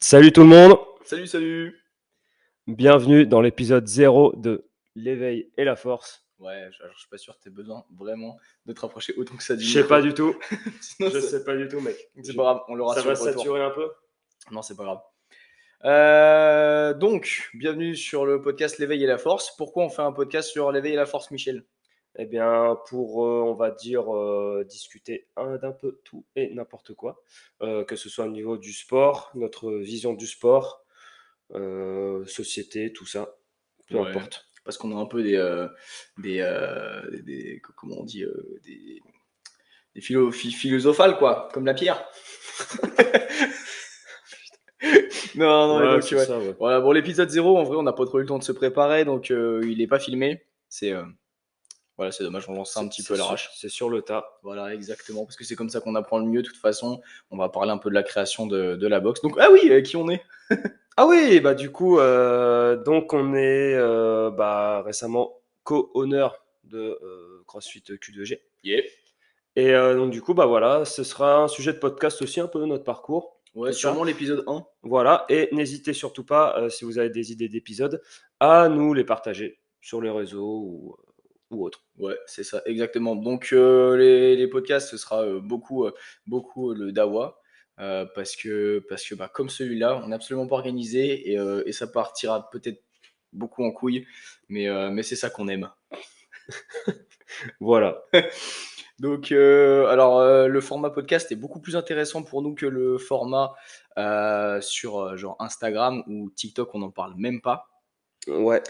Salut tout le monde, Salut, salut bienvenue dans l'épisode 0 de L'éveil et la force. Ouais, je- alors, je suis pas sûr que t'aies besoin vraiment de te rapprocher autant que ça du Je sais micro. pas du tout, Sinon, je c'est- sais pas du tout mec. C'est pas grave, on l'aura Ça sur va le retour. saturer un peu Non, c'est pas grave. Euh, donc, bienvenue sur le podcast L'éveil et la force. Pourquoi on fait un podcast sur l'éveil et la force, Michel Eh bien pour, euh, on va dire, euh, discuter un- d'un peu tout et n'importe quoi, Euh, que ce soit au niveau du sport, notre vision du sport, euh, société, tout ça, peu Ouais. importe. Parce qu'on a un peu des, euh, des, euh, des- des- comment on dit, euh, des, des philo- phi- philosophales, quoi, comme la pierre. non, non, mais Ouais, donc, c'est ouais. ça, ouais. Voilà, bon, l'épisode 0, en vrai, on n'a pas trop eu le temps de se préparer, donc euh, il n'est pas filmé. C'est euh, voilà, c'est dommage, on lance ça un C'est- petit c'est peu à sur- l'arrache. C'est sur le tas. Voilà, exactement, parce que c'est comme ça qu'on apprend le mieux. De toute façon, on va parler un peu de la création de, de la boxe. Donc, ah oui, euh, qui on est Ah oui, bah du coup, euh, donc on est euh, bah, récemment co-honneur de euh, CrossFit Q2G. Yeah. Et euh, donc du coup, bah voilà, ce sera un sujet de podcast aussi, un peu notre parcours. Ouais, C'est sûrement l'épisode 1. Voilà, et n'hésitez surtout pas, euh, si vous avez des idées d'épisodes, à nous les partager sur les réseaux ou, euh, ou autre. Ouais, c'est ça, exactement. Donc, euh, les, les podcasts, ce sera euh, beaucoup, euh, beaucoup euh, le Dawa. euh, parce que, parce que bah, comme celui-là, on n'est absolument pas organisé et, euh, et ça partira peut-être beaucoup en couille, mais, euh, mais c'est ça qu'on aime. Voilà. Donc, euh, alors, euh, le format podcast est beaucoup plus intéressant pour nous que le format euh, sur euh, genre Instagram ou TikTok, on n'en parle même pas. Ouais.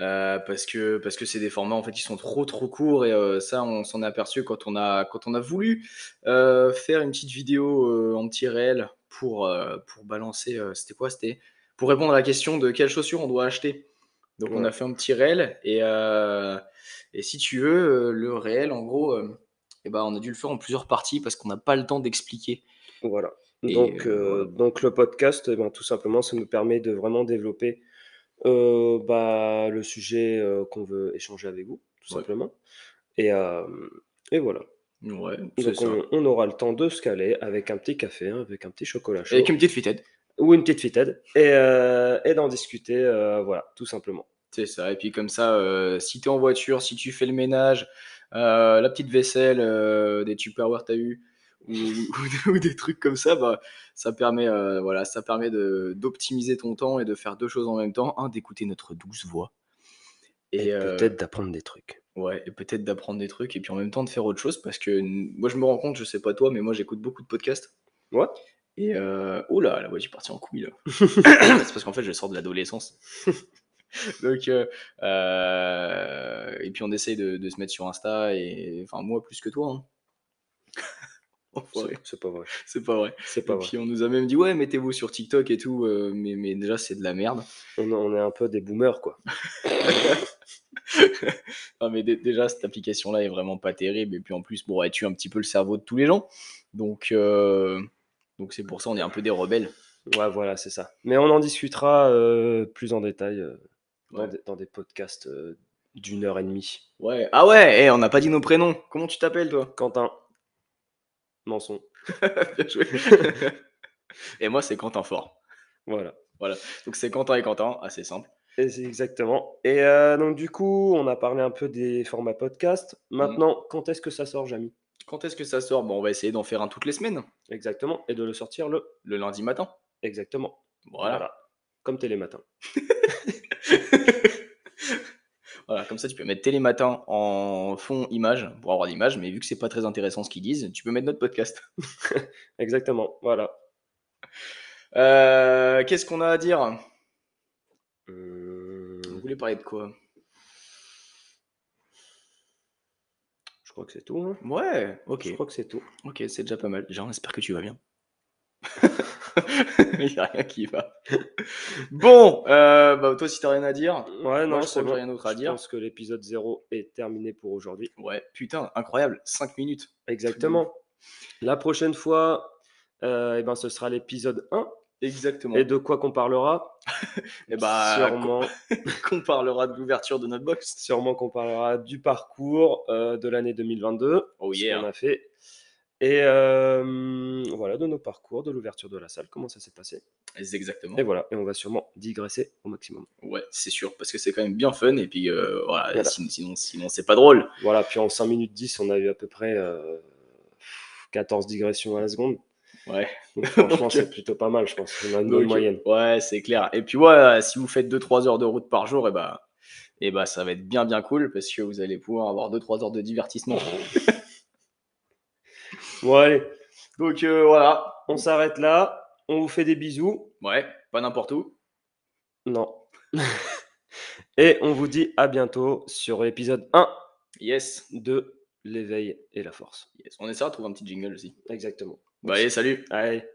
Euh, parce que parce que c'est des formats en fait qui sont trop trop courts et euh, ça on s'en est aperçu quand on a quand on a voulu euh, faire une petite vidéo euh, en petit réel pour euh, pour balancer euh, c'était quoi c'était pour répondre à la question de quelles chaussures on doit acheter donc on Ouais. a fait un petit réel et euh, et si tu veux euh, le réel en gros euh, eh ben on a dû le faire en plusieurs parties parce qu'on n'a pas le temps d'expliquer Voilà. Et, donc, euh, euh, voilà. donc le podcast, eh ben, tout simplement, ça nous permet de vraiment développer euh, bah, le sujet euh, qu'on veut échanger avec vous, tout Ouais. simplement. Et, euh, et voilà. ouais c'est Donc ça on, on aura le temps de se caler avec un petit café, hein, avec un petit chocolat chaud. avec une petite fitette ou une petite fitted et, euh, et d'en discuter, euh, voilà, tout simplement. C'est ça. Et puis comme ça, euh, si tu es en voiture, si tu fais le ménage, euh, la petite vaisselle, euh, des Tupperware t'as eu, ou, ou- ou des trucs comme ça, bah, ça permet, euh, voilà, ça permet de- d'optimiser ton temps et de faire deux choses en même temps. Un, d'écouter notre douce voix. Et, euh, peut-être d'apprendre des trucs. Ouais, et peut-être d'apprendre des trucs et puis en même temps de faire autre chose parce que n- moi je me rends compte, je sais pas toi, mais moi j'écoute beaucoup de podcasts. Ouais. Et euh... oh là, la voix est partie en couille là. C'est parce qu'en fait je sors de l'adolescence. Donc euh, euh, et puis on essaye de, de se mettre sur Insta et enfin moi plus que toi. hein. C'est Enfoiré, c'est pas vrai. c'est pas vrai. C'est Et pas vrai. puis on nous a même dit ouais mettez-vous sur TikTok et tout, euh, mais mais déjà c'est de la merde. On, on est un peu des boomers, quoi. Non, mais dé- déjà, cette application-là est vraiment pas terrible. Et puis en plus, bon, elle tue un petit peu le cerveau de tous les gens. Donc, euh, donc c'est pour ça on est un peu des rebelles. Ouais, voilà, c'est ça. Mais on en discutera euh, plus en détail euh, dans, Ouais. des, dans des podcasts euh, d'une heure et demie. Ouais. Ah ouais, eh, on n'a pas dit nos prénoms. Comment tu t'appelles, toi Quentin, Manson, Bien joué. et moi, c'est Quentin Fort. voilà. Donc, c'est Quentin et Quentin, assez simple. Et c'est exactement. Et euh, donc, du coup, on a parlé un peu des formats podcast. Mmh. Maintenant, quand est-ce que ça sort, Jamy Quand est-ce que ça sort Bon, on va essayer d'en faire un toutes les semaines, Exactement. Et de le sortir le. le lundi matin. Exactement. Voilà. Comme télématin. Voilà, comme ça, tu peux mettre Télématin en fond image pour avoir l'image. Mais vu que c'est pas très intéressant ce qu'ils disent, tu peux mettre notre podcast. Exactement. Voilà. Euh, Qu'est-ce qu'on a à dire Euh, Vous voulez parler de quoi Je crois que c'est tout. hein. Ouais, ok. Je crois que c'est tout. Ok, c'est déjà pas mal. Jean, j'espère que tu vas bien. Il n'y a rien qui va. Bon, euh, bah, toi, si t'as rien à dire. Ouais, Moi, non, je c'est crois que j'ai bon. rien d'autre à Je dire. pense que l'épisode 0 est terminé pour aujourd'hui. Ouais, putain, incroyable. 5 minutes. Exactement. La prochaine fois, euh, eh ben, ce sera l'épisode 1. Exactement. Et de quoi qu'on parlera Eh bah, sûrement, qu'on parlera de l'ouverture de notre box. sûrement qu'on parlera du parcours euh, de l'année 2022. Oh ce yeah. qu'on a fait. Et euh, voilà, de nos parcours, de l'ouverture de la salle, comment ça s'est passé. Exactement. Et voilà, et on va sûrement digresser au maximum. Eh Ouais, c'est sûr, parce que c'est quand même bien fun. Et puis, euh, voilà, Voilà. sin- sinon, sinon c'est pas drôle. Voilà, puis en 5 minutes 10, on a eu à peu près euh, 14 digressions à la seconde. Ouais. Donc franchement, Ok. c'est plutôt pas mal, je pense. On a une bonne Donc, moyenne. Ouais, c'est clair. Et puis, ouais, euh, si vous faites 2-3 heures de route par jour, et bah, et bah, ça va être bien, bien cool parce que vous allez pouvoir avoir 2-3 heures de divertissement. Bon, allez, Donc, euh, voilà. on s'arrête là. On vous fait des bisous. Ouais, pas n'importe où. Non. et on vous dit à bientôt sur l'épisode 1 Yes. de L'éveil et la force. yes. On essaiera de trouver un petit jingle aussi. Exactement. Bah, allez, salut. Allez.